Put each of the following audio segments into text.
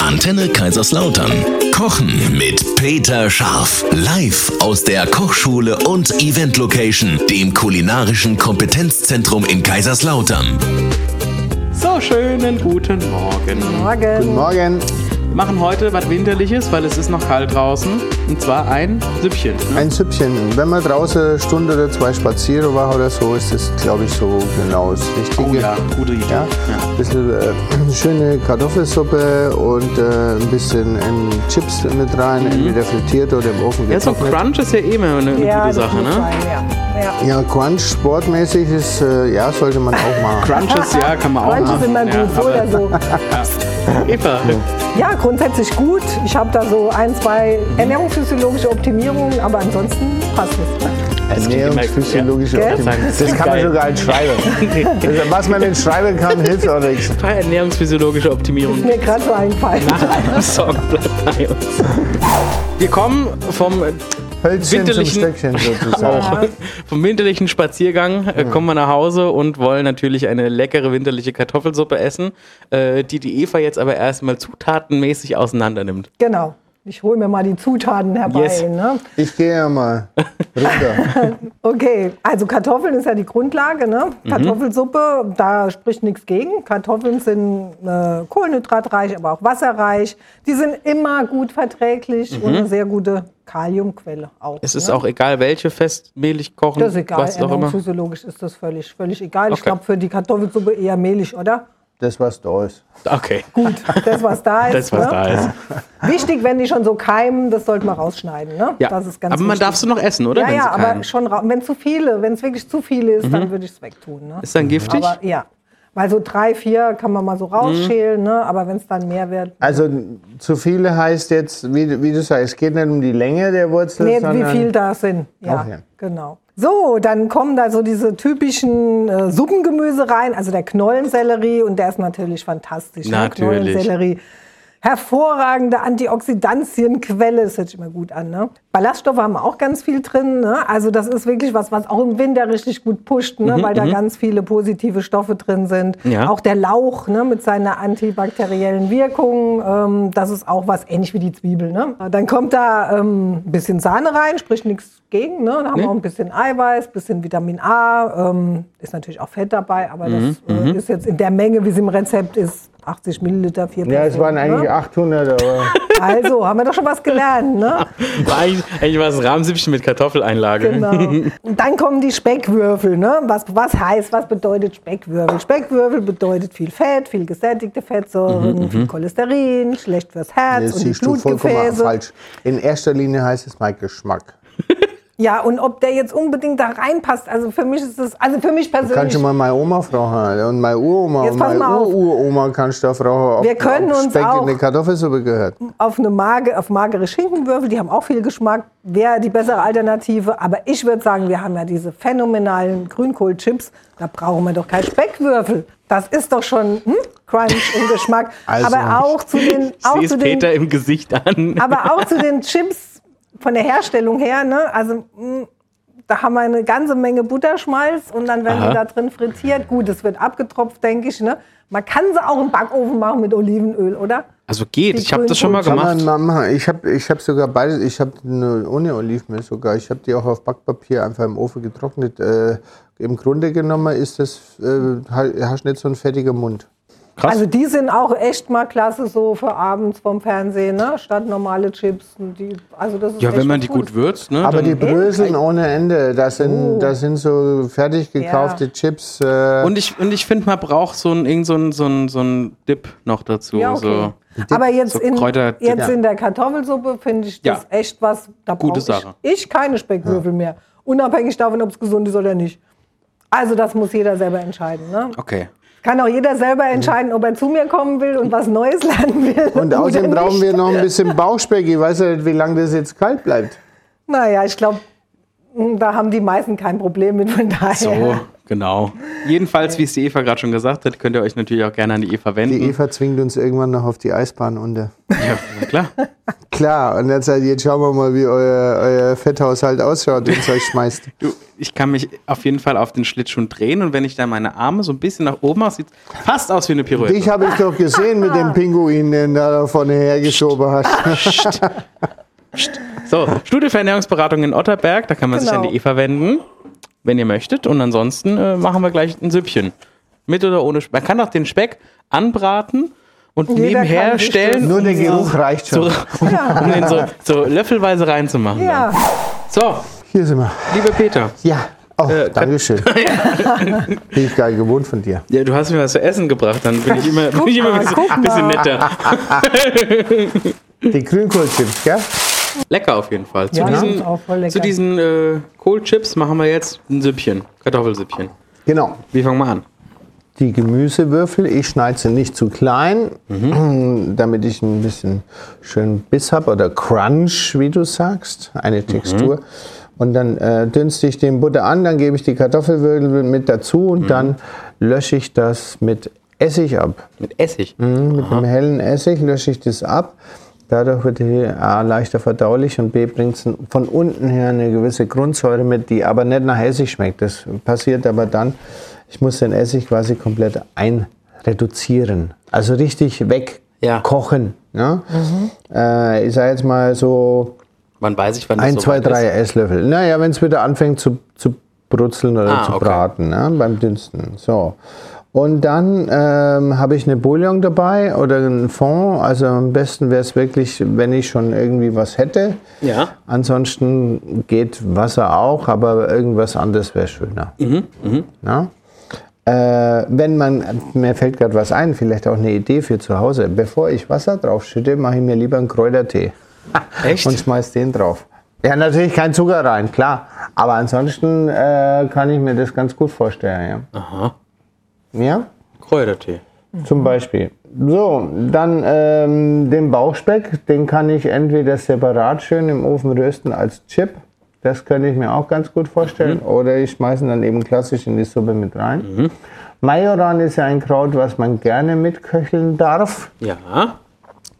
Antenne Kaiserslautern. Kochen mit Peter Scharf. Live aus der Kochschule und Event Location, dem kulinarischen Kompetenzzentrum in Kaiserslautern. So, schönen guten Morgen. Morgen. Guten Morgen. Wir machen heute was Winterliches, weil es ist noch kalt draußen. Und zwar ein Süppchen. Ne? Ein Süppchen. Wenn man draußen eine Stunde oder zwei spazieren war oder so, ist das, glaube ich, so genau das Richtige. Oh ja, gute Idee. Ja, ein bisschen äh, schöne Kartoffelsuppe und äh, ein bisschen ähm, Chips mit rein, entweder frittiert oder im Ofen Mhm. Ja, so getrocknet. Crunch ist ja eh immer eine, eine Ja, gute das Sache, muss ne? sein, ja. Ja. Ja, Crunch sportmäßig ist, äh, ja, sollte man auch machen. Crunches, ja, kann man auch Manche machen. sind immer ja, gut, so oder aber- so. Eva, Ja, grundsätzlich gut. Ich habe da so ein, zwei Mhm. ernährungsphysiologische Optimierungen, aber ansonsten passt es. Ernährungsphysiologische Gell? Optimierung. Das Das kann man geil. sogar entschreiben. Also, was man entschreiben kann, hilft auch nichts. drei ernährungsphysiologische Ist Optimierung. mir gerade so eingefallen. Nach einem Song bleibt bei uns. Wir kommen vom, Hölzchen zum Winterlichen- Oh. Stöckchen sozusagen. auch, vom winterlichen Spaziergang, äh, kommen wir nach Hause und wollen natürlich eine leckere winterliche Kartoffelsuppe essen, äh, die die Eva jetzt aber erstmal zutatenmäßig auseinander nimmt. Genau. Ich hole mir mal die Zutaten herbei. Yes. Ne? Ich gehe ja mal runter. Okay, also Kartoffeln ist ja die Grundlage. Ne? Mhm. Kartoffelsuppe, da spricht nichts gegen. Kartoffeln sind äh, kohlenhydratreich, aber auch wasserreich. Die sind immer gut verträglich und eine sehr gute Kaliumquelle auch. Mhm. Es ist auch egal, welche festmehlig kochen, Das ist egal, was auch immer. ernährungsphysiologisch ist das völlig, völlig egal. Ich Okay. glaube, für die Kartoffelsuppe eher mehlig, oder? Das, was da ist. Okay, Gut, das, was da ist. das was ne? da ist. Wichtig, wenn die schon so keimen, das sollte man rausschneiden. Ne? Ja. Das ist ganz aber man wichtig. darf sie noch essen, oder? Ja, Wenn ja, sie aber keinen- schon, ra- wenn zu viele, wenn es wirklich zu viele ist, dann würde ich es wegtun. Ne? Mhm. ist dann giftig? Aber ja, weil so drei, vier kann man mal Mhm. so rausschälen, ne? aber wenn es dann mehr wird, Also zu viele heißt jetzt, wie, du- wie du sagst, es geht nicht um die Länge der Wurzel, Nee, wie sondern viel da sind. Ja, Ach ja. genau. So, dann kommen da so diese typischen äh, Suppengemüse rein, also der Knollensellerie und der ist natürlich fantastisch. Natürlich. Ne? Knollensellerie. Hervorragende Antioxidantienquelle, das hört sich immer gut an. Ne? Ballaststoffe haben wir auch ganz viel drin. Ne? Also das ist wirklich was, was auch im Winter richtig gut pusht, ne? weil da ganz viele positive Stoffe drin sind. Ja. Auch der Lauch ne? mit seiner antibakteriellen Wirkung, ähm, das ist auch was ähnlich wie die Zwiebel. Ne? Dann kommt da ähm, ein bisschen Sahne rein, sprich nichts gegen. Ne? Dann haben wir auch ein bisschen Eiweiß, bisschen Vitamin A, ähm, ist natürlich auch Fett dabei, aber das äh, ist jetzt in der Menge, wie es im Rezept ist, 80 Milliliter, ne? 4 Ja, es waren eigentlich 800, aber also, haben wir doch schon was gelernt, ne? War eigentlich, eigentlich war es Rahmsüppchen mit Kartoffeleinlage. Genau. Und dann kommen die Speckwürfel, ne? Was, was heißt, was bedeutet Speckwürfel? Speckwürfel bedeutet viel Fett, viel gesättigte Fettsäuren, viel Cholesterin, schlecht fürs Herz das und die Mhm, siehst du vollkommen Blutgefäße. falsch. In erster Linie heißt es mein Geschmack. Ja, und ob der jetzt unbedingt da reinpasst, also für mich ist das, also für mich Kannst persönlich. du mal meine Oma fragen und meine Uroma Jetzt und pass meine mal auf. Ururoma kannst du da fragen, ob, Wir können ob uns Speck auch- in eine Kartoffelsuppe gehört. auf, eine Mage, auf magere Schinkenwürfel, die haben auch viel Geschmack, wäre die bessere Alternative. Aber ich würde sagen, wir haben ja diese phänomenalen Grünkohlchips, da brauchen wir doch keinen Speckwürfel. Das ist doch schon hm, Crunch im Geschmack. Also, aber auch zu den, auch Sieh es zu den Peter im Gesicht an. aber auch zu den Chips von der Herstellung her, ne? Also mh, da haben wir eine ganze Menge Butterschmalz und dann werden Aha. die da drin frittiert. Gut, es wird abgetropft, denke ich. Ne? Man kann sie auch im Backofen machen mit Olivenöl, oder? Also geht, Die ich habe das schon mal grünen Kann man gemacht. mal machen. Ich habe ich hab sogar beides, ich habe ohne Olivenöl sogar, ich habe die auch auf Backpapier einfach im Ofen getrocknet. Äh, Im Grunde genommen ist das, äh, hast nicht so einen fettigen Mund. Krass. Also die sind auch echt mal klasse so für abends vom Fernsehen, ne? Statt normale Chips. Und Die, also das ist ja, echt wenn man was die Gutes. gut würzt, ne? Aber die dann- bröseln ohne Ende. Das sind, das sind so fertig gekaufte Ja. Chips. Äh, und ich, und ich finde, man braucht so einen irgend so einen- so einen- so einen Dip noch dazu. Ja, okay. so. Aber jetzt, so in, Kräuter- Ja. jetzt in der Kartoffelsuppe finde ich das Ja. echt was. Da Gute brauche Sache. Ich, ich keine Speckwürfel mehr. Unabhängig davon, ob es gesund ist oder nicht. Also das muss jeder selber entscheiden. Ne? Okay. Kann auch jeder selber entscheiden, ob er zu mir kommen will und was Neues lernen will. Mhm. und außerdem oder brauchen nicht. wir noch ein bisschen Bauchspeck. Ich weiß ja nicht, wie lange das jetzt kalt bleibt. Naja, ich glaube, da haben die meisten kein Problem mit. Von daher. So, genau. Jedenfalls, wie es die Eva gerade schon gesagt hat, könnt ihr Hm. euch natürlich auch gerne an die Eva wenden. Die Eva zwingt uns irgendwann noch auf die Eisbahn unter. Ja, na klar. äh, Klar, und jetzt, halt, jetzt schauen wir mal, wie euer, euer Fetthaushalt ausschaut und Zeug schmeißt. Du, ich kann mich auf jeden Fall auf den Schlittschuh drehen und wenn ich dann meine Arme so ein bisschen nach oben mache, sieht fast aus wie eine Pirouette. Dich habe ich doch gesehen mit dem Pinguin, den du da vorne hergeschoben hast. So, Studie für Ernährungsberatung in Otterberg, da kann man sich Genau. an die Eva wenden, wenn ihr möchtet. Und ansonsten äh, machen wir gleich ein Süppchen. Mit oder ohne Speck. Man kann auch den Speck anbraten und Jeder nebenher kann sich stellen, Nur um, der Geruch reicht so, schon. um den so, so löffelweise reinzumachen. Ja. So, Hier sind wir. lieber Peter, Ja. Oh, Dankeschön. Bin ich geil gewohnt von dir. ja, du hast mir was zu essen gebracht, dann bin ich immer, bin ich immer ein bisschen, bisschen netter. Die Grünkohlchips, gell? Lecker auf jeden Fall. Zu Ja, das diesen, ist auch voll lecker. zu diesen äh, Kohlchips machen wir jetzt ein Süppchen, Kartoffelsüppchen. Genau. Wir fangen mal an. Die Gemüsewürfel, ich schneide sie nicht zu klein, damit ich ein bisschen schönen Biss habe oder Crunch, wie du sagst, eine Textur. Und dann äh, dünste ich den Butter an, dann gebe ich die Kartoffelwürfel mit dazu und dann lösche ich das mit Essig ab. Mit Essig. Mhm, Mit einem hellen Essig lösche ich das ab. Dadurch wird die A leichter verdaulich und B bringt es von unten her eine gewisse Grundsäure mit, die aber nicht nach Essig schmeckt. Das passiert aber dann, ich muss den Essig quasi komplett einreduzieren. Also richtig Ja. wegkochen. Ne? Äh, ich sage jetzt mal so Wann weiß ich, wann ein, das zwei, soweit drei ist? Esslöffel. Naja, wenn es wieder anfängt zu, zu brutzeln oder Ah, zu okay. braten, ne? beim Dünsten. So. Und dann ähm, habe ich eine Bouillon dabei oder einen Fond. Also am besten wäre es wirklich, wenn ich schon irgendwie was hätte. Ja. Ansonsten geht Wasser auch, aber irgendwas anderes wäre schöner. Mhm, Na? Äh, wenn man, mir fällt gerade was ein, vielleicht auch eine Idee für zu Hause. Bevor ich Wasser drauf schütte, mache ich mir lieber einen Kräutertee. Echt? Und schmeiß den drauf. Ja, natürlich kein Zucker rein, klar. Aber ansonsten äh, kann ich mir das ganz gut vorstellen, Aha. ja. Ja? Kräutertee. Zum Beispiel. So, dann ähm, den Bauchspeck, den kann ich entweder separat schön im Ofen rösten als Chip. Das könnte ich mir auch ganz gut vorstellen. Oder ich schmeiße ihn dann eben klassisch in die Suppe mit rein. Majoran ist ja ein Kraut, was man gerne mitköcheln darf. Ja.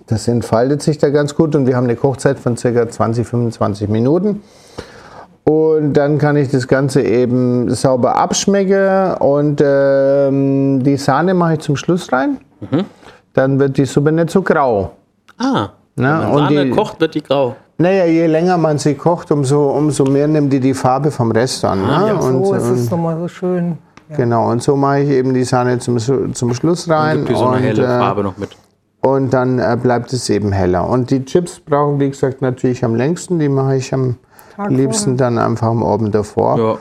Das entfaltet sich da ganz gut und wir haben eine Kochzeit von ca. 20, 25 Minuten. Und dann kann ich das Ganze eben sauber abschmecken und ähm, die Sahne mache ich zum Schluss rein. Mhm. Dann wird die Suppe nicht so grau. Ah. Ne? Wenn Und Sahne die, kocht, wird die grau. naja, je länger man sie kocht, umso, umso mehr nimmt die die Farbe vom Rest an. Ah, Ne? und, So ist ähm, es nochmal so schön. Genau, und so mache ich eben die Sahne zum, Schlu- zum Schluss rein. Gibt die so eine helle äh, Farbe noch mit. Und dann äh, bleibt es eben heller. Und die Chips brauchen, wie gesagt, natürlich am längsten. Die mache ich am liebsten dann einfach am Abend davor. Ja.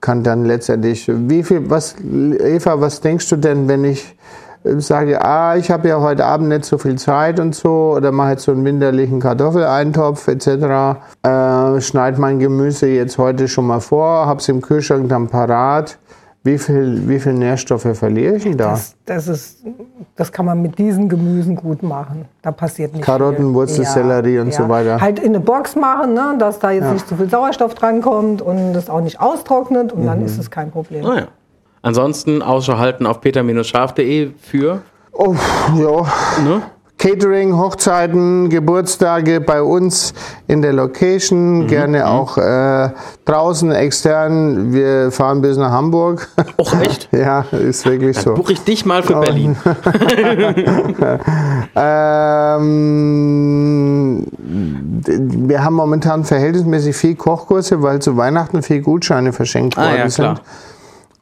Kann dann letztendlich, wie viel, was, Eva, was denkst du denn, wenn ich äh, sage, ah, ich habe ja heute Abend nicht so viel Zeit und so, oder mache jetzt so einen winterlichen Kartoffeleintopf etc., äh, schneid mein Gemüse jetzt heute schon mal vor, hab's im Kühlschrank dann parat. Wie viel, wie viel Nährstoffe verliere ich denn da? Das, das, ist, das kann man mit diesen Gemüsen gut machen. Da passiert nichts. Karotten, Wurzelsellerie und so weiter. Halt in eine Box machen, ne? dass da jetzt nicht zu viel Sauerstoff drankommt und das auch nicht austrocknet und Mhm. dann ist es kein Problem. Naja. Ah, Ansonsten Ausschau halten auf peter-scharf.de für. Oh, ja, Ne? Catering, Hochzeiten, Geburtstage bei uns in der Location, Mhm, gerne auch äh, draußen, extern. Wir fahren bis nach Hamburg. Och, echt? ja, ist wirklich so. Buche ich dich mal für Berlin. Ähm, d- wir haben momentan verhältnismäßig viel Kochkurse, weil zu Weihnachten viel Gutscheine verschenkt Ah, worden ja, sind. klar.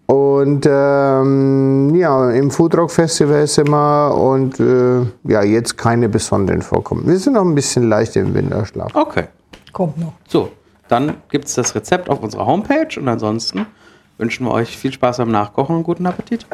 Und ähm, ja, im Foodrock Festival sind wir und äh, ja, jetzt keine besonderen Vorkommen. Wir sind noch ein bisschen leicht im Winterschlaf. Okay. Kommt noch. So, dann gibt es das Rezept auf unserer Homepage und ansonsten wünschen wir euch viel Spaß beim Nachkochen und guten Appetit.